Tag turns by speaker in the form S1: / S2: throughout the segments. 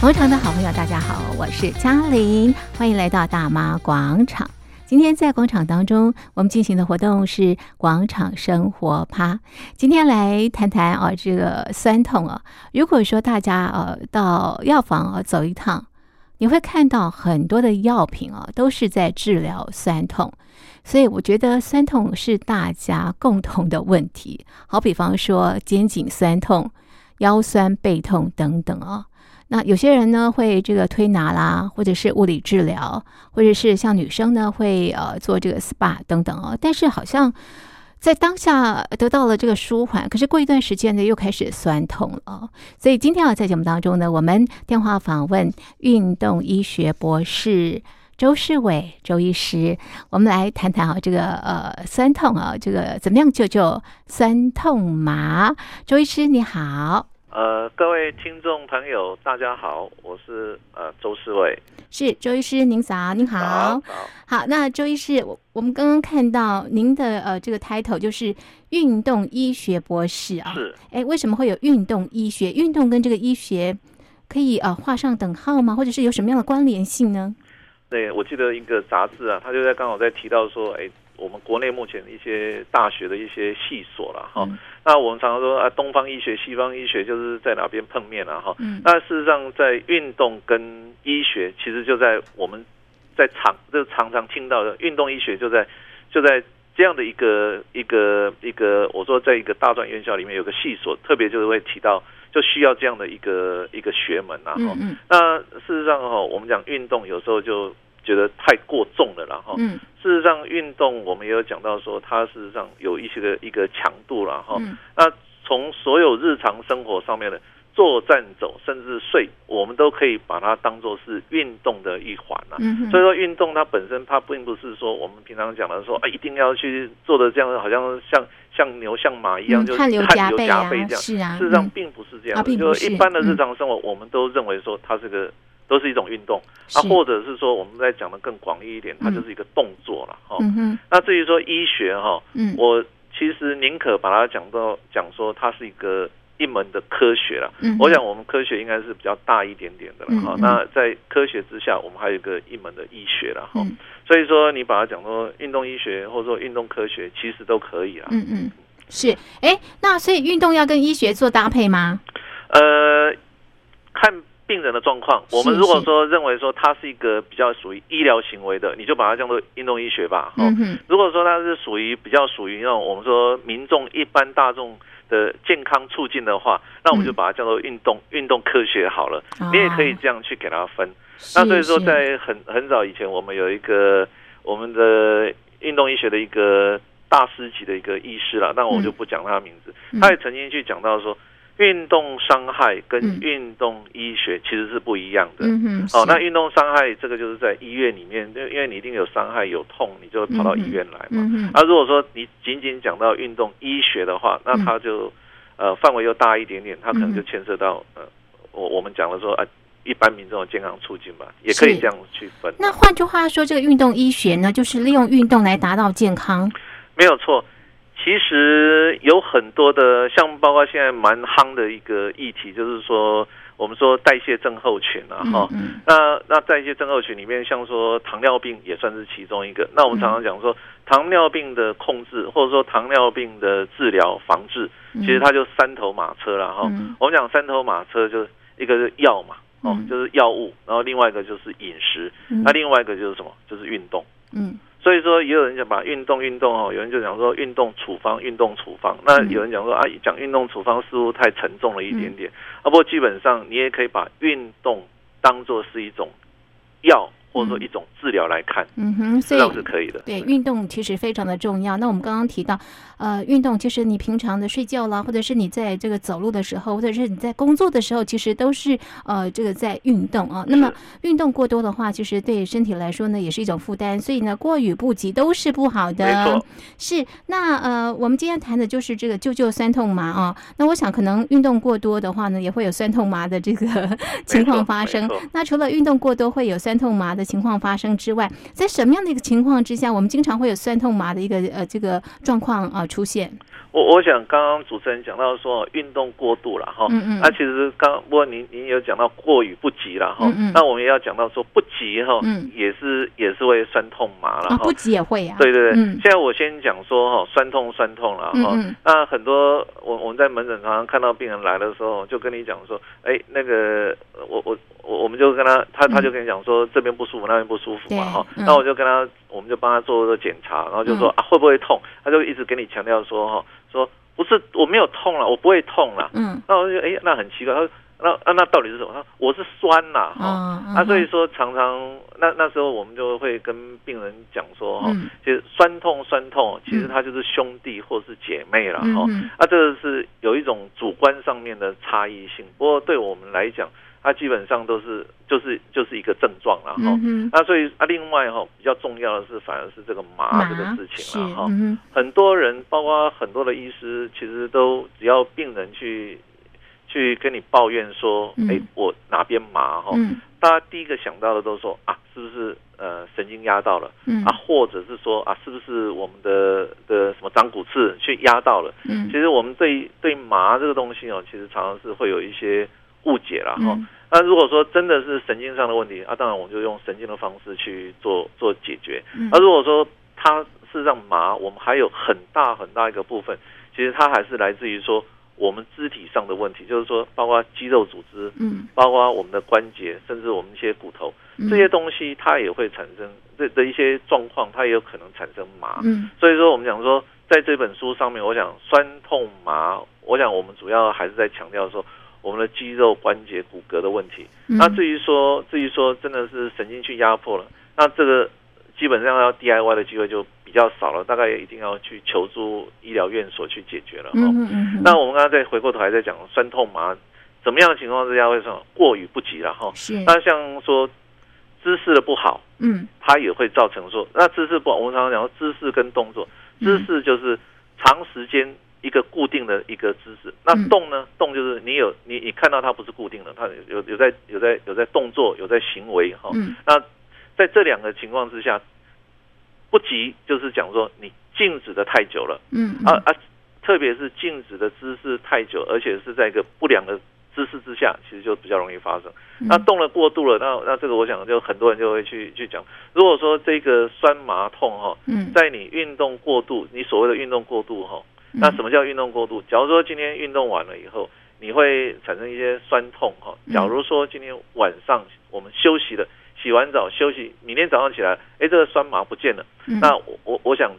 S1: 广场的好朋友，大家好，我是嘉玲，欢迎来到大妈广场。今天在广场当中，我们进行的活动是广场生活趴。今天来谈谈啊，这个酸痛啊，如果说大家呃到药房啊走一趟，你会看到很多的药品啊都是在治疗酸痛，所以我觉得酸痛是大家共同的问题。好比方说肩颈酸痛、腰酸背痛等等啊。那有些人呢会这个推拿啦，或者是物理治疗，或者是像女生呢会呃做这个 SPA 等等哦。但是好像在当下得到了这个舒缓，可是过一段时间呢又开始酸痛了哦。所以今天啊在节目当中呢，我们电话访问运动医学博士。周世伟，周医师，我们来谈谈啊，这个呃酸痛啊，这个怎么样救救酸痛麻？周医师你好，
S2: 呃，各位听众朋友，大家好，我是呃周世伟。啊
S1: 是周医师，您早，您好，好，那周医师，我我们刚刚看到您的呃这个 title 就是运动医学博士啊，
S2: 是
S1: 哎，为什么会有运动医学？运动跟这个医学可以呃画上等号吗？或者是有什么样的关联性呢？
S2: 对，我记得一个杂志啊，他就在刚好在提到说，哎，我们国内目前一些大学的一些系所了哈、
S1: 嗯
S2: 那我们常常说啊，东方医学、西方医学就是在哪边碰面了、哈、
S1: 嗯
S2: 那事实上，在运动跟医学，其实就在我们在常就常常听到的运动医学，就在就在这样的一个一个一个，我说在一个大专院校里面有个系所，特别就是会提到，就需要这样的一个一个学门啊。哈、
S1: 嗯
S2: 那事实上哈、我们讲运动有时候就觉得太过重了啦哈。
S1: 嗯
S2: 事实上，运动我们也有讲到说，它事实上有一些的一个强度了哈。
S1: 嗯
S2: 那从所有日常生活上面的坐、站、走，甚至睡，我们都可以把它当做是运动的一环啊。
S1: 嗯哼，
S2: 所以说，运动它本身它并不是说我们平常讲的说啊，一定要去做的这样，好像像像牛像马一样，
S1: 嗯
S2: 就是
S1: 汗
S2: 汗
S1: 流
S2: 流
S1: 浃背啊
S2: 浃背这，样。
S1: 是啊，
S2: 事实上
S1: 嗯
S2: 并不是这样
S1: 啊
S2: 的，
S1: 并不
S2: 就是一般的
S1: 嗯
S2: 日常生活，我们都认为说它这个都是一种运动。啊，
S1: 是
S2: 或者是说我们再讲的更广义一点，它就是一个动作了哈、
S1: 嗯哼
S2: 那至于说医学哈、
S1: 嗯
S2: 哦我其实宁可把它讲到讲说它是一个一门的科学了。
S1: 嗯哼，
S2: 我想我们科学应该是比较大一点点的了哈、
S1: 嗯嗯
S2: 那在科学之下，我们还有一个一门的医学了哈、
S1: 嗯
S2: 所以说你把它讲说运动医学或者说运动科学，其实都可以啦。
S1: 嗯嗯是，哎，那所以运动要跟医学做搭配吗？
S2: 呃，看病人的状况，
S1: 是
S2: 我们如果说认为说它是一个比较属于医疗行为的，你就把它叫做运动医学吧。哦
S1: 嗯哼
S2: 如果说它是属于比较属于那种我们说民众一般大众的健康促进的话，那我们就把它叫做运动、嗯啊运动科学好了。
S1: 哦
S2: 你也可以这样去给它分。
S1: 是
S2: 那所以说，
S1: 是
S2: 在很很早以前，我们有一个我们的运动医学的一个大师级的一个医师了，那我就不讲他的名字。
S1: 嗯
S2: 他也曾经去讲到说，运动伤害
S1: 嗯
S2: 跟运动医学其实是不一样的。
S1: 嗯哼是
S2: 哦，那运动伤害这个就是在医院里面，因为因为你一定有伤害有痛，你就会跑到医院来嘛。啊
S1: 嗯哼
S2: 那、如果说你仅仅讲到运动医学的话，那它
S1: 嗯
S2: 就、呃范围又大一点点，它可能就牵涉到、呃我我们讲的说啊、一般民众的健康促进吧，也可以
S1: 是
S2: 这样去分。
S1: 那换句话说，这个运动医学呢，就是利用运动来达到健康。
S2: 没有错。其实有很多的，像包括现在蛮夯的一个议题，就是说我们说代谢症候群啊，哈、
S1: 嗯
S2: 那那在一些症候群里面，像说糖尿病也算是其中一个。那我们常常讲
S1: 嗯
S2: 说，糖尿病的控制或者说糖尿病的治疗防治，
S1: 嗯
S2: 其实它就三头马车了哈。
S1: 嗯
S2: 我们讲三头马车，就是一个是药嘛，哦
S1: 嗯，
S2: 就是药物，然后另外一个就是饮食，
S1: 嗯
S2: 那另外一个就是什么？就是运动。
S1: 嗯
S2: 所以说，也有人讲把运动运动哦，有人就讲说运动处方，运动处方。那
S1: 嗯
S2: 有人讲说啊，讲运动处方似乎太沉重了一点点。啊，不过基本上你也可以把运动当做是一种药，或者说一种治疗来看，
S1: 嗯哼，所
S2: 这样是
S1: 以
S2: 可以的。
S1: 对运动其实非常的重要。那我们刚刚提到，呃，运动其实你平常的睡觉啦，或者是你在这个走路的时候，或者是你在工作的时候，其实都是呃这个在运动啊。那么运动过多的话，其实对身体来说呢也是一种负担，所以呢过于不及都是不好的。
S2: 没错，
S1: 是，那呃，我们今天谈的就是这个救救酸痛麻啊。那我想，可能运动过多的话呢，也会有酸痛麻的这个呃 情况发生
S2: 没错。
S1: 那除了运动过多会有酸痛麻的情况发生之外，在什么样的一个情况之下，我们经常会有酸痛麻的一个呃这个状况啊、出现？
S2: 我我想刚刚主持人讲到说运动过度了哈，
S1: 嗯嗯
S2: 哦那其实刚不过您您有讲到过与不及了哈，
S1: 嗯嗯
S2: 那我们也要讲到说不及哈，
S1: 嗯
S2: 也是也是会酸痛麻了
S1: 啊，
S2: 哈。
S1: 不急也会啊。
S2: 对哦对对，
S1: 嗯
S2: 现在我先讲说哈，酸痛酸痛了哈。
S1: 嗯嗯
S2: 那很多我我们在门诊常常看到病人来的时候，就跟你讲说，哎，那个我我我我们就跟他他他就跟你讲说、这边不舒服，那边不舒服
S1: 嗯对
S2: 嘛哈。
S1: 嗯
S2: 那我就跟他，我们就帮他做做检查，然后就说、
S1: 嗯
S2: 啊会不会痛？他就一直跟你强调说哈，说不是我没有痛了，我不会痛了。
S1: 嗯
S2: 那我就哎那很奇怪，他说那啊那到底是什么？他说我是酸呐哈。
S1: 啊
S2: 啊，所以说常常那那时候我们就会跟病人讲说哦哈，
S1: 嗯
S2: 其实酸痛酸痛，其实
S1: 嗯
S2: 它就是兄弟或是姐妹了
S1: 嗯
S2: 哈。
S1: 嗯
S2: 啊，这个是有一种主观上面的差异性，不过对我们来讲，它基本上都是就是就是一个症状了哈。
S1: 嗯
S2: 那所以啊，另外哈、比较重要的是，反而是这个
S1: 哼，
S2: 麻这个事情了
S1: 是
S2: 哈。
S1: 嗯
S2: 很多人，包括很多的医师，其实都只要病人去去跟你抱怨说，
S1: 嗯
S2: 哎、我哪边麻哈、
S1: 哼嗯
S2: 大家第一个想到的都说啊，是不是呃神经压到了
S1: 嗯
S2: 啊，或者是说啊，是不是我们的的什么长骨刺去压到了？
S1: 嗯
S2: 其实我们对对麻这个东西哦，其实常常是会有一些误解啦哈。
S1: 嗯
S2: 那如果说真的是神经上的问题啊，当然我们就用神经的方式去做做解决。
S1: 嗯
S2: 那如果说它事实上麻，我们还有很大很大一个部分，其实它还是来自于说我们肢体上的问题，就是说包括肌肉组织，
S1: 嗯
S2: 包括我们的关节，甚至我们一些骨头，
S1: 嗯
S2: 这些东西它也会产生这的一些状况，它也有可能产生麻。
S1: 嗯
S2: 所以说，我们讲说，在这本书上面，我想酸痛麻，我想我们主要还是在强调说我们的肌肉、关节、骨骼的问题。
S1: 嗯
S2: 那至于说，至于说真的是神经去压迫了，那这个基本上要 DIY 的机会就比较少了，大概一定要去求助医疗院所去解决了。
S1: 嗯
S2: 哦
S1: 哼嗯哼
S2: 那我们刚刚再回过头来再讲酸痛麻，怎么样的情况之下会说过于不及了哈？
S1: 是
S2: 那像说姿势的不好，
S1: 嗯
S2: 它也会造成说，那姿势不好，我们常常讲说姿势跟动作，姿
S1: 嗯
S2: 势就是长时间一个固定的一个姿势，那
S1: 嗯
S2: 动呢，动就是你有你你看到它不是固定的，它有有有在有在有在动作，有在行为哈。
S1: 嗯
S2: 那在这两个情况之下，不急就是讲说你静止的太久了。
S1: 嗯
S2: 啊啊，特别是静止的姿势太久，而且是在一个不良的姿势之下，其实就比较容易发生。
S1: 嗯
S2: 那动了过度了，那那这个我想就很多人就会去去讲。如果说这个酸麻痛哈、
S1: 嗯
S2: 在你运动过度，你所谓的运动过度哈、
S1: 嗯
S2: 那什么叫运动过度？假如说今天运动完了以后，你会产生一些酸痛哈、
S1: 嗯
S2: 假如说今天晚上我们休息了，洗完澡休息，明天早上起来，哎，这个酸麻不见了。
S1: 嗯
S2: 那我我我想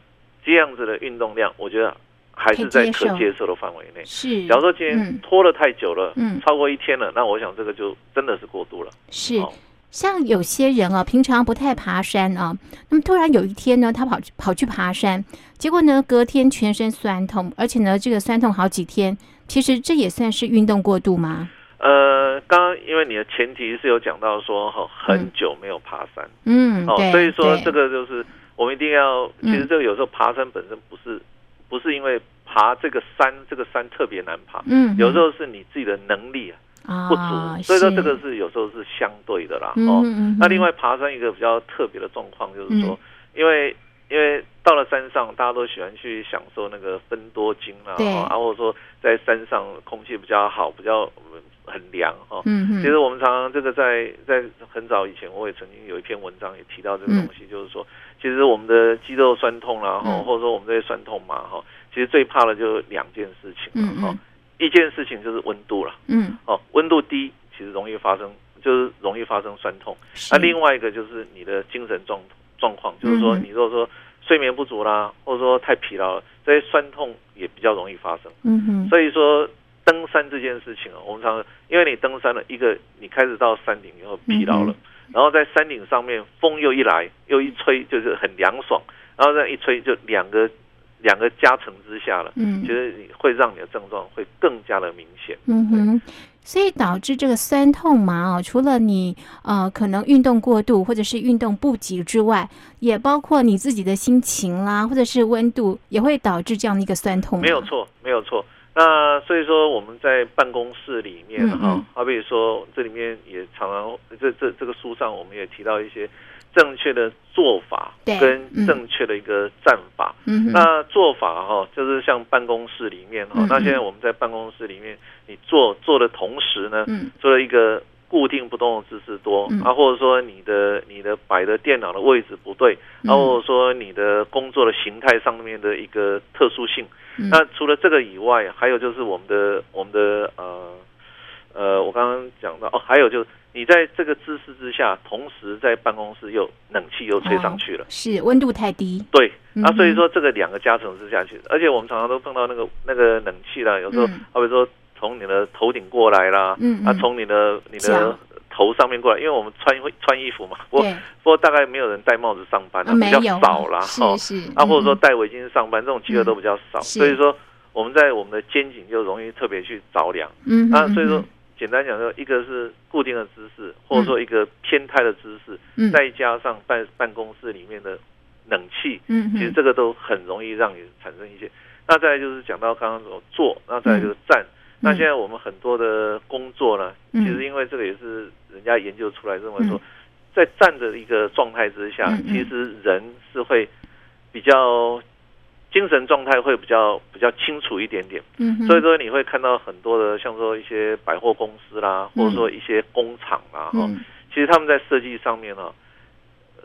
S2: 这样子的运动量，我觉得还是在可
S1: 可以接
S2: 接受的范围内。
S1: 是
S2: 假如说今天
S1: 嗯
S2: 拖了太久了，
S1: 嗯
S2: 超过一天了，那我想这个就真的是过度了。
S1: 是
S2: 哦
S1: 像有些人啊，平常不太爬山啊，那么突然有一天呢，他跑去跑去爬山，结果呢，隔天全身酸痛，而且呢，这个酸痛好几天。其实这也算是运动过度吗？
S2: 呃，刚刚因为你的前提是有讲到说哈、
S1: 嗯
S2: 很久没有爬山、
S1: 嗯，
S2: 哦，
S1: 对，
S2: 所以说
S1: 对
S2: 这个就是我们一定要，其实
S1: 嗯
S2: 这个有时候爬山本身不是不是因为爬这个山，这个山特别难爬。
S1: 嗯，
S2: 有时候是你自己的能力
S1: 啊
S2: 不足，所以说这个
S1: 是
S2: 是有时候是相对的啦。哦，
S1: 嗯
S2: 那另外爬山一个比较特别的状况就是说，因为因为到了山上，大家都喜欢去享受那个分多精啦、
S1: 对
S2: 啊，或者说在山上空气比较好，比较嗯很凉哈、哦。
S1: 嗯
S2: 其
S1: 哼
S2: 实我们常常这个在在很早以前，我也曾经有一篇文章也提到这个东西，就是说，其实我们的肌肉酸痛啦，哈、
S1: 嗯
S2: 或者说我们这些酸痛嘛，哈，其实最怕的就是两件事情
S1: 嗯
S2: 了，哈、
S1: 嗯
S2: 一件事情就是温度了，
S1: 嗯
S2: 哦，温度低其实容易发生，就是容易发生酸痛。
S1: 是
S2: 那、另外一个就是你的精神状状况，就是说
S1: 嗯哼
S2: 你如果说睡眠不足啦，或者说太疲劳了，这些酸痛也比较容易发生。
S1: 嗯哼
S2: 所以说登山这件事情啊，我们常常因为你登山了一个，你开始到山顶以后疲劳
S1: 嗯
S2: 了，然后在山顶上面风又一来又一吹，就是很凉爽，然后这样一吹就两个两个加成之下了，
S1: 嗯
S2: 其实你会让你的症状会更加的明显。
S1: 嗯哼，所以导致这个酸痛麻哦，除了你呃可能运动过度或者是运动不及之外，也包括你自己的心情啦，或者是温度，也会导致这样的一个酸痛。
S2: 没有，错，没有错。那所以说我们在办公室里面
S1: 嗯
S2: 哈
S1: 嗯，
S2: 好比说这里面也常常这这这个书上我们也提到一些正确的做法
S1: 对嗯
S2: 跟正确的一个战法。
S1: 嗯哼，
S2: 那做法哈，就是像办公室里面
S1: 嗯
S2: 哈
S1: 嗯，
S2: 那现在我们在办公室里面，你做做的同时呢，
S1: 嗯
S2: 做了一个固定不动的姿势多
S1: 嗯
S2: 啊，或者说你的你的摆的电脑的位置不对，
S1: 嗯
S2: 啊，或者说你的工作的形态上面的一个特殊性。
S1: 嗯
S2: 那除了这个以外，还有就是我们的我们的呃呃，我刚刚讲到哦，还有就是你在这个姿势之下，同时在办公室又冷气又吹上去了。
S1: 是温度太低，
S2: 对，
S1: 哦嗯
S2: 啊，
S1: 哼
S2: 所以说这个两个加成之下去，而且我们常常都碰到那个那个冷气啦，有时候啊
S1: 嗯
S2: 好比说从你的头顶过来啦，
S1: 嗯
S2: 啊，
S1: 嗯
S2: 从你的你
S1: 脚
S2: 的头上面过来，因为我们穿会穿衣服嘛，不过
S1: 对，
S2: 不过大概没有人戴帽子上班
S1: 啊
S2: 了，
S1: 没
S2: 比较
S1: 有啊
S2: 少啦，
S1: 是
S2: 哦
S1: 是，
S2: 啊，或者说
S1: 嗯
S2: 戴围巾上班这种机会都比较少，
S1: 是
S2: 所以说我们在我们的肩颈就容易特别去着凉。
S1: 嗯
S2: 啊
S1: 哼，
S2: 所以说简单讲说，一个是固定的姿势，或者说一个偏开的姿势，
S1: 嗯
S2: 再加上办办公室里面的冷气，
S1: 嗯哼，
S2: 其实这个都很容易让你产生一些。那再来就是讲到刚刚所做，那再来就是站。那现在我们很多的工作呢，
S1: 嗯
S2: 其实因为这个也是人家研究出来认为说
S1: 嗯，
S2: 在站的一个状态之下
S1: 嗯嗯，
S2: 其实人是会比较精神状态会比较比较清楚一点点。
S1: 嗯哼
S2: 所以说你会看到很多的，像说一些百货公司啦，
S1: 嗯
S2: 或者说一些工厂啦，哈、
S1: 嗯
S2: 其实他们在设计上面呢，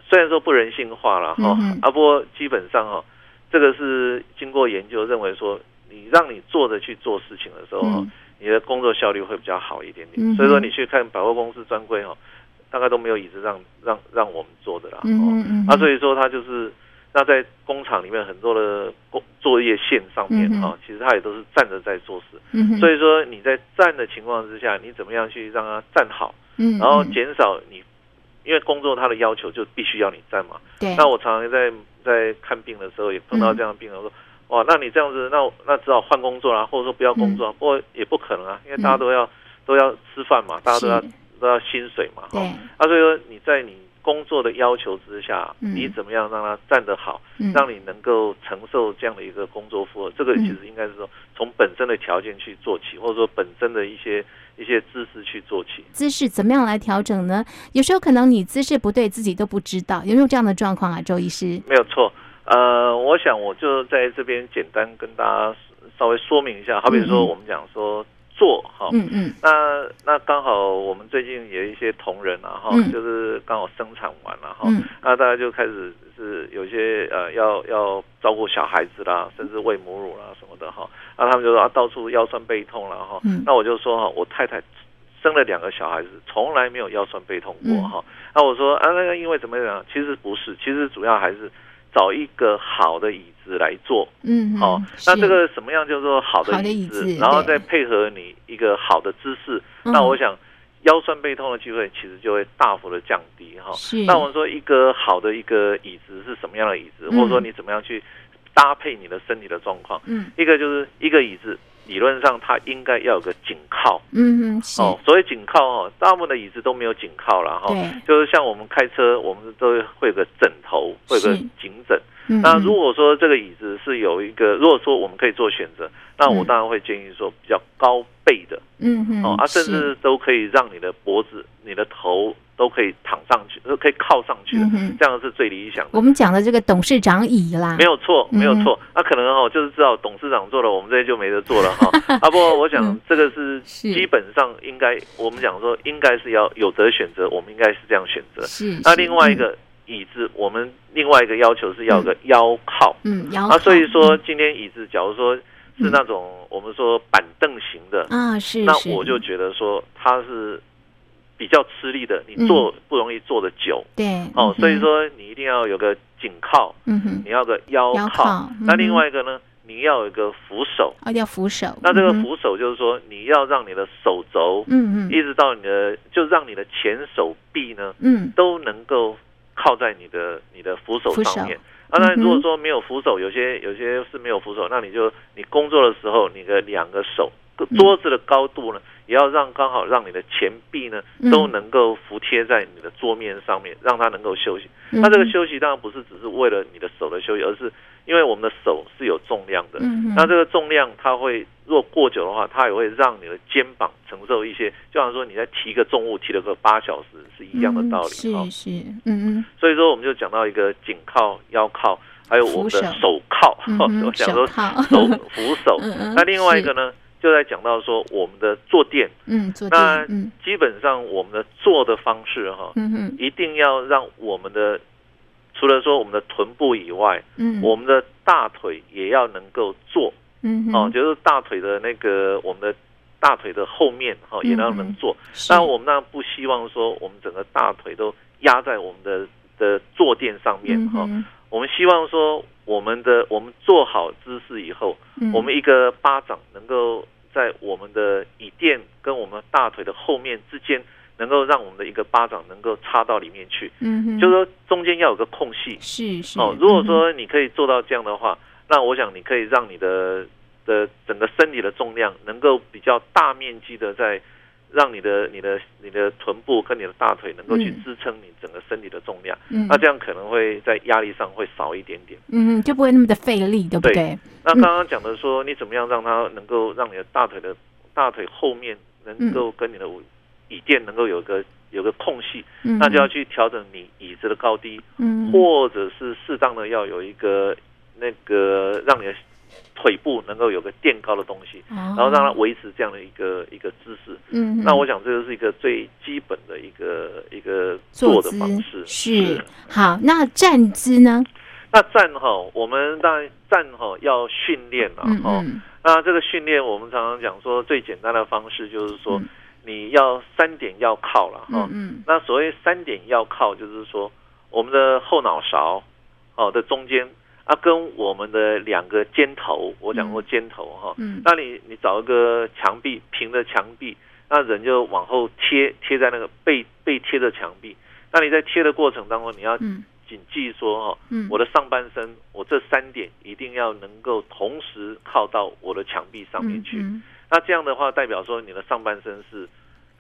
S2: 虽然说不人性化啦，哈、
S1: 嗯哼
S2: 啊，不过基本上哦，这个是经过研究认为说，你让你坐着去做事情的时候，哦
S1: 嗯
S2: 你的工作效率会比较好一点点。
S1: 嗯哼
S2: 所以说你去看百货公司专柜哦，大概都没有椅子让让让我们坐的啦，
S1: 嗯
S2: 哦，
S1: 哼嗯
S2: 啊，所
S1: 以
S2: 以说它就是那在工厂里面很多的工作业线上面
S1: 嗯哼
S2: 哈、其实它也都是站着在做事。
S1: 嗯哼
S2: 所以说你在站的情况之下，你怎么样去让它站好，
S1: 嗯
S2: 然后
S1: 嗯
S2: 减少你，因为工作它的要求就必须要你站嘛。
S1: 对
S2: 那我常常在在看病的时候也碰到这样的病人
S1: 嗯
S2: 说。哇，那你这样子，那我那只好换工作啦，或者说不要
S1: 嗯
S2: 工作啊，不过也不可能啊，因为大家都要、都要吃饭嘛，大家都要
S1: 嗯是
S2: 都要薪水嘛，哈、
S1: 对
S2: 啊，所以说你在你工作的要求之下，
S1: 嗯
S2: 你怎么样让它站得好，
S1: 嗯
S2: 让你能够承受这样的一个工作负荷？这个
S1: 嗯
S2: 其实应该是说从本身的条件去做起，或者说本身的一些一些知识去做起。
S1: 姿势怎么样来调整呢？有时候可能你姿势不对，自己都不知道，有没有这样的状况啊，周医师？
S2: 没有错，呃，我想我就在这边简单跟大家稍微说明一下，好比
S1: 嗯
S2: 说
S1: 嗯
S2: 我们讲说做哈。
S1: 嗯嗯
S2: 那那刚好，我们最近也有一些同仁啊，哈、
S1: 嗯
S2: 就是刚好生产完了、哈、
S1: 嗯
S2: 那大家就开始是有些呃要要照顾小孩子啦，甚至喂母乳啦什么的哈。那他们就说、啊、到处腰酸背痛啦哈。
S1: 嗯
S2: 那我就说哈，我太太生了两个小孩子，从来没有腰酸背痛
S1: 嗯
S2: 过哈。那我说啊，那个因为怎么样？其实不是，其实主要还是找一个好的椅子来坐。
S1: 嗯，
S2: 哦
S1: 嗯，
S2: 那
S1: 是
S2: 这个什么样叫做
S1: 好
S2: 好的
S1: 的椅
S2: 椅子
S1: 子？
S2: 然后
S1: 对
S2: 再配合你一个好的姿势，
S1: 嗯
S2: 那我想腰酸背痛的机会其实就会大幅的降低哈。
S1: 是
S2: 哦那我们说一个好的一个椅子是什么样的椅子，
S1: 嗯
S2: 或者说你怎么样去搭配你的身体的状况？
S1: 嗯
S2: 一个就是一个椅子，理论上它应该要有个颈靠
S1: 嗯嗯是
S2: 哦，所谓颈靠哦，大部分的椅子都没有颈靠了哈。
S1: 对
S2: 就是像我们开车，我们都会有个枕头，会有个
S1: 是
S2: 颈枕。
S1: 嗯
S2: 那
S1: 嗯
S2: 如果说这个椅子是有一个，如果说我们可以做选择，那我
S1: 嗯
S2: 当然会建议说比较高背的，
S1: 嗯嗯
S2: 哦啊，
S1: 是
S2: 甚至都可以让你的脖子、你的头都可以躺上去，都可以靠上去的，
S1: 嗯哼
S2: 这样是最理想的。
S1: 我们讲的这个董事长椅啦，
S2: 没有错，
S1: 嗯
S2: 没有错。那、可能哦，就是知道董事长做了，我们这些就没得做了 哈、啊，不过我想
S1: 嗯
S2: 这个是
S1: 是
S2: 基本上应该，我们讲说应该是要有得选择，我们应该是这样选择。
S1: 是嗯
S2: 那
S1: 是
S2: 另外一个椅子，我们另外一个要求是要有个腰靠。
S1: 嗯嗯摇
S2: 啊，所以
S1: 靠
S2: 说
S1: 嗯
S2: 今天椅子，假如说是那种我们说板凳型的，
S1: 啊是
S2: 那
S1: 是
S2: 我就觉得说它是比较吃力的，
S1: 嗯
S2: 你坐不容易坐得久
S1: 对
S2: 哦
S1: 嗯，
S2: 所以
S1: 嗯
S2: 说你一定要有个颈靠，
S1: 嗯哼
S2: 你要个腰
S1: 腰
S2: 靠
S1: 靠，
S2: 那
S1: 嗯
S2: 另
S1: 哼
S2: 外一个呢，你要有一个扶手，
S1: 哦要扶手，
S2: 那这个
S1: 嗯哼
S2: 扶手就是说你要让你的手肘
S1: 嗯嗯
S2: 一直到你的，就让你的前手臂呢
S1: 嗯
S2: 都能够靠在你的你的扶手
S1: 扶手
S2: 上面。啊，那如
S1: 嗯
S2: 果
S1: 哼
S2: 说没有扶手，有些有些是没有扶手，那你就你工作的时候，你的两个手
S1: 嗯
S2: 桌子的高度呢，也要让刚好让你的前臂呢
S1: 嗯
S2: 都能够服贴在你的桌面上面，让它能够休息。
S1: 嗯
S2: 那这个
S1: 哼
S2: 休息当然不是只是为了你的手的休息，而是因为我们的手是有重量的，
S1: 嗯哼，
S2: 那这个重量它会，如果过久的话，它也会让你的肩膀承受一些，就像说你在提一个重物提了个八小时是一样的道理
S1: 嗯
S2: 哦
S1: 是。是，嗯嗯，
S2: 所以说，我们就讲到一个颈靠、腰靠，还有我们的
S1: 扶手
S2: 手铐，
S1: 嗯
S2: 我
S1: 哼，
S2: 讲
S1: 手
S2: 说
S1: 铐，
S2: 手扶手。
S1: 嗯嗯，
S2: 那另外一个
S1: 是，
S2: 呢，就在讲到说我们的坐垫，
S1: 嗯，坐
S2: 那
S1: 垫，嗯
S2: 基本上我们的坐的方式哈，
S1: 嗯哼，
S2: 一定要让我们的除了说我们的臀部以外，
S1: 嗯，
S2: 我们的大腿也要能够坐。
S1: 嗯哼
S2: 哦，就是大腿的那个我们的大腿的后面哈、哦，也要
S1: 嗯
S2: 能
S1: 嗯
S2: 坐。
S1: 是
S2: 当然，我们当然不希望说我们整个大腿都压在我们的的坐垫上面
S1: 嗯
S2: 哈、哦。
S1: 哼
S2: 我们希望说我们的我们做好姿势以后，
S1: 嗯
S2: 我们一个巴掌能够在我们的椅垫跟我们大腿的后面之间，能够让我们的一个巴掌能够插到里面去，
S1: 嗯哼，
S2: 就是说中间要有个空隙。
S1: 是是
S2: 哦，如果
S1: 嗯哼
S2: 说你可以做到这样的话，那我想你可以让你的的整个身体的重量能够比较大面积的在让你的你的你的臀部跟你的大腿能够去
S1: 嗯
S2: 支撑你整个身体的重量，
S1: 嗯
S2: 那这样可能会在压力上会少一点点。
S1: 嗯就不会那么的费力，对不
S2: 对
S1: 对？
S2: 那刚刚讲的说，你怎么样让它能够让你的大腿的大腿后面能够跟你的椅垫能够有个有个空隙，
S1: 嗯
S2: 那就要去调整你椅子的高低，
S1: 嗯
S2: 或者是适当的要有一个那个让你的腿部能够有个垫高的东西，
S1: 然
S2: 然后让它维持这样的一个一个姿势。
S1: 哦嗯哼
S2: 那我想这就是一个最基本的一个一个
S1: 坐
S2: 做
S1: 姿
S2: 的方式。
S1: 是好，那站姿呢？
S2: 那站哈，我们当然站哈要训练了
S1: 嗯
S2: 哦。
S1: 嗯
S2: 那这个训练我们常常讲说最简单的方式就是说
S1: 嗯
S2: 你要三点要靠了哈。
S1: 嗯嗯
S2: 那所谓三点要靠，就是说我们的后脑勺哦的中间啊，跟我们的两个肩头，我讲过肩头哈、
S1: 嗯
S2: 那你你找一个墙壁平的墙壁，那人就往后贴贴在那个背背贴着墙壁。那你在贴的过程当中，你要
S1: 嗯
S2: 谨记说哈、哦，
S1: 嗯，
S2: 我的上半身，我这三点一定要能够同时靠到我的墙壁上面去。
S1: 嗯
S2: 那这样的话，代表说你的上半身是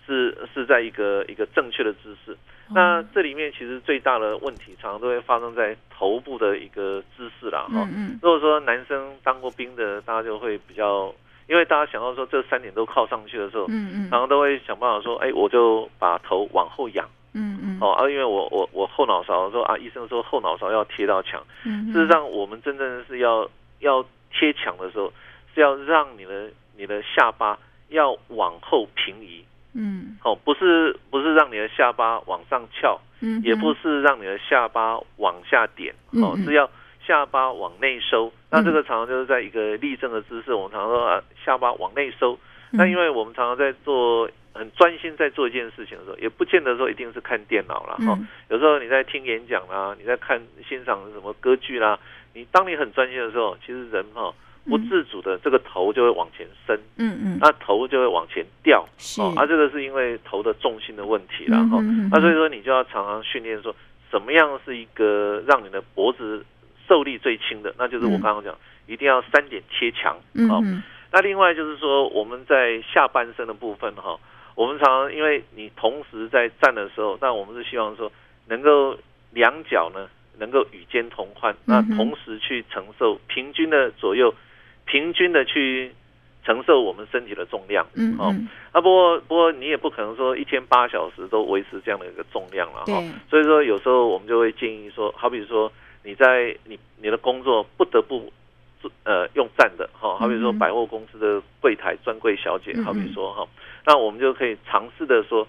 S2: 是是在一个一个正确的姿势。
S1: 嗯
S2: 那这里面其实最大的问题，常常都会发生在头部的一个姿势啦，哈、
S1: 嗯嗯
S2: 如果说男生当过兵的，大家就会比较，因为大家想到说这三点都靠上去的时候，
S1: 嗯嗯
S2: 常常都会想办法说，哎，我就把头往后仰，
S1: 嗯嗯
S2: 哦啊，因为我我我后脑勺说啊，医生说后脑勺要贴到墙。
S1: 嗯，
S2: 事实上，我们真正是要要贴墙的时候，是要让你的你的下巴要往后平移，
S1: 嗯
S2: 哦，不是不是让你的下巴往上翘，
S1: 嗯
S2: 也不是让你的下巴往下点，哦
S1: 嗯嗯，
S2: 是要下巴往内收。那
S1: 嗯
S2: 这个常常就是在一个立正的姿势，我们常说啊，下巴往内收。
S1: 嗯
S2: 那因为我们常常在做很专心在做一件事情的时候，也不见得说一定是看电脑啦，哈、哦
S1: 嗯
S2: 有时候你在听演讲啦，你在看欣赏什么歌剧啦，你当你很专心的时候，其实人哈、不自主的这个头就会往前伸，
S1: 嗯嗯
S2: 那头就会往前掉
S1: 是
S2: 哦，啊，这个是因为头的重心的问题啦。
S1: 嗯
S2: 哈、啊
S1: 嗯嗯
S2: 那所以说你就要常常训练说，怎么样是一个让你的脖子受力最轻的，那就是我
S1: 嗯
S2: 刚刚讲，一定要三点贴墙
S1: 嗯
S2: 哦。
S1: 嗯
S2: 那另外就是说，我们在下半身的部分哈、我们常常因为你同时在站的时候，那我们是希望说能够两脚呢能够与肩同宽，那
S1: 嗯哼
S2: 同时去承受平均的左右，平均的去承受我们身体的重量。
S1: 嗯
S2: 哦，
S1: 嗯
S2: 啊，不过不过你也不可能说一天八小时都维持这样的一个重量了哈、
S1: 对
S2: 所以说有时候我们就会建议说，好比说你在你你的工作不得不做呃用站的哈、好比说
S1: 嗯哼
S2: 百货公司的柜台专柜小姐，
S1: 嗯哼
S2: 好比说哈、那我们就可以尝试的说。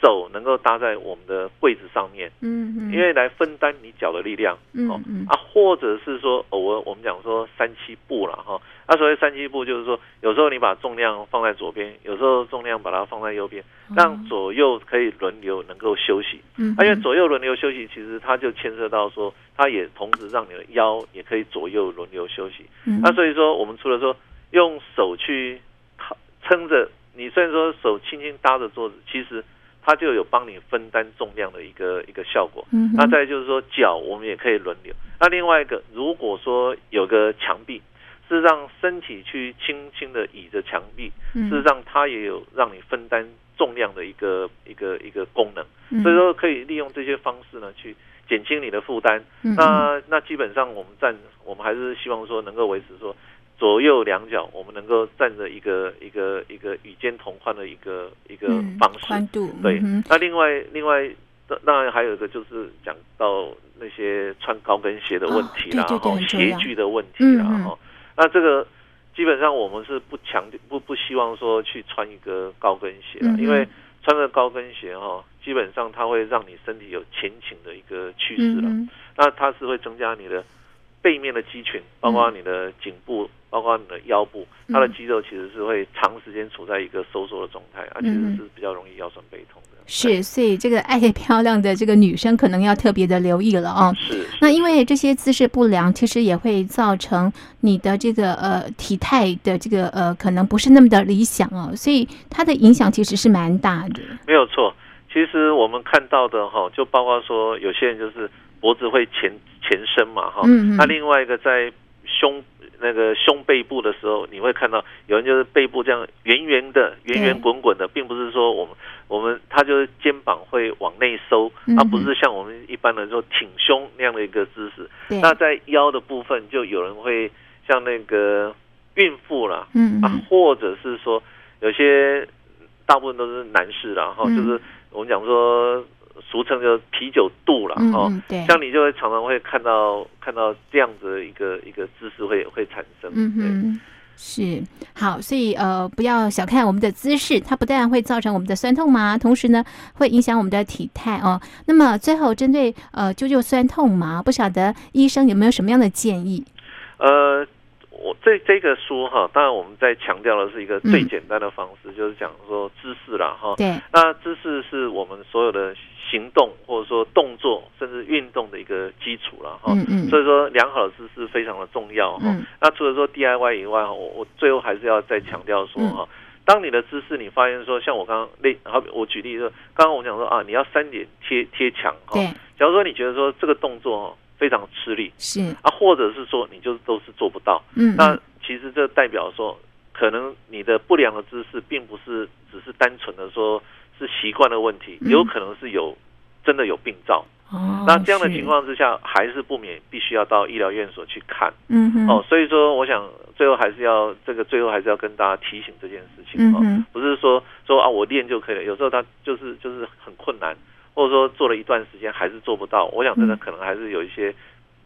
S2: 手能够搭在我们的柜子上面，
S1: 嗯嗯，
S2: 因为来分担你脚的力量、
S1: 嗯
S2: 哦
S1: 嗯
S2: 啊，或者是说偶尔我们讲说三七步了哈，那所谓三七步就是说，有时候你把重量放在左边，有时候重量把它放在右边，
S1: 哦
S2: 让左右可以轮流能够休息。
S1: 嗯
S2: 而且左右轮流休息，其实它就牵涉到说，它也同时让你的腰也可以左右轮流休息。
S1: 嗯
S2: 那啊所以说，我们除了说用手去靠撑着，你虽然说手轻轻搭着桌子，其实它就有帮你分担重量的一个一个效果。
S1: 嗯
S2: 那再就是说脚，我们也可以轮流。那另外一个，如果说有个墙壁，是让身体去轻轻的倚着墙壁，
S1: 嗯
S2: 是让它也有让你分
S1: 嗯
S2: 担重量的一个一个一个功能。所以说可以利用这些方式呢，去减轻你的负担。
S1: 嗯
S2: 那那基本上我们站，我们还是希望说能够维持说左右两脚，我们能够站着一个一个一个与肩同宽的一个一个
S1: 嗯
S2: 方式。
S1: 宽度，
S2: 对，
S1: 嗯哼
S2: 那另外另外，当当然还有一个就是讲到那些穿高跟鞋的问题啦，
S1: 哦对对对
S2: 哈、
S1: 很重
S2: 鞋
S1: 要
S2: 具的问题啦，
S1: 嗯嗯
S2: 哈、那这个基本上我们是不强不不希望说去穿一个高跟鞋啦，
S1: 嗯哼
S2: 因为穿个高跟鞋哈、基本上它会让你身体有前倾的一个趋势了，
S1: 嗯哼
S2: 那它是会增加你的背面的肌群，包括你的颈部，包括你的腰部，它的
S1: 嗯
S2: 肌肉其实是会长时间处在一个收缩的状态，啊，其实
S1: 嗯
S2: 是比较容易腰酸背痛的。
S1: 是，所以这个爱漂亮的这个女生可能要特别的留意了哦。
S2: 是，是
S1: 那因为这些姿势不良，其实也会造成你的这个呃体态的这个呃可能不是那么的理想哦，所以它的影响其实是蛮大的。
S2: 没有错。其实我们看到的哈，就包括说有些人就是脖子会前前伸嘛哈，
S1: 嗯嗯
S2: 那另外一个在胸那个胸背部的时候，你会看到有人就是背部这样圆圆的、圆圆滚滚的，并不是说我们我们他就是肩膀会往内收，啊
S1: 嗯
S2: 而不是像我们一般的说挺胸那样的一个姿势。
S1: 对，
S2: 那在腰的部分，就有人会像那个孕妇啦，
S1: 嗯
S2: 啊
S1: 嗯，
S2: 或者是说有些大部分都是男士啦，哈、
S1: 嗯
S2: 就是我们讲说俗称叫啤酒肚啦，
S1: 嗯
S2: 哦、
S1: 嗯对，
S2: 像你就会常常会看到看到这样子的一个一个姿势会会产生，
S1: 嗯
S2: 对
S1: 哼。是好，所以呃，不要小看我们的姿势，它不但会造成我们的酸痛麻，同时呢，会影响我们的体态哦。那么最后，针对呃啾啾酸痛麻，不晓得医生有没有什么样的建议？
S2: 呃，我这这个书哈，当然我们在强调的是一个最简单的方式，
S1: 嗯
S2: 就是讲说姿势啦哈。
S1: 对，
S2: 那姿势是我们所有的行动或者说动作甚至运动的一个基础了哈。
S1: 嗯嗯
S2: 所以说，良好的姿势非常的重要哈。
S1: 嗯
S2: 那除了说 DIY 以外，我我最后还是要再强调说
S1: 嗯
S2: 哈，当你的姿势你发现说，像我刚刚类，好比我举例说，刚刚我讲说啊，你要三点贴贴墙哈。
S1: 对，
S2: 假如说你觉得说这个动作哦非常吃力
S1: 是，
S2: 啊，或者是说你就是都是做不到，
S1: 嗯，
S2: 那
S1: 嗯
S2: 其实这代表说，可能你的不良的姿势并不是只是单纯的说是习惯的问题，
S1: 嗯
S2: 有可能是有真的有病灶。
S1: 哦，
S2: 那这样的情
S1: 是，
S2: 况之下，还是不免必须要到医疗院所去看。
S1: 嗯哼，
S2: 哦，所以说我想最后还是要这个，最后还是要跟大家提醒这件事情
S1: 嗯
S2: 哦，
S1: 哼，
S2: 不是说说啊我练就可以了，有时候他就是就是很困难，或者说做了一段时间还是做不到。我想真的
S1: 嗯
S2: 可能还是有一些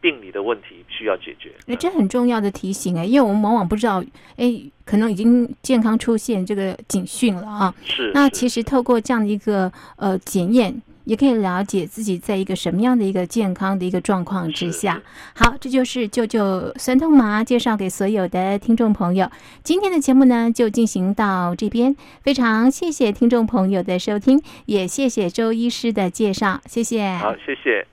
S2: 病理的问题需要解决。
S1: 哎，这很重要的提醒哎，因为我们往往不知道，哎，可能已经健康出现这个警讯了啊。
S2: 嗯是
S1: 那
S2: 是
S1: 其实透过这样的一个呃检验，也可以了解自己在一个什么样的一个健康的一个状况之
S2: 是
S1: 下。好，这就是舅舅酸痛麻介绍给所有的听众朋友。今天的节目呢，就进行到这边，非常谢谢听众朋友的收听，也谢谢周医师的介绍，谢谢。
S2: 好，谢谢。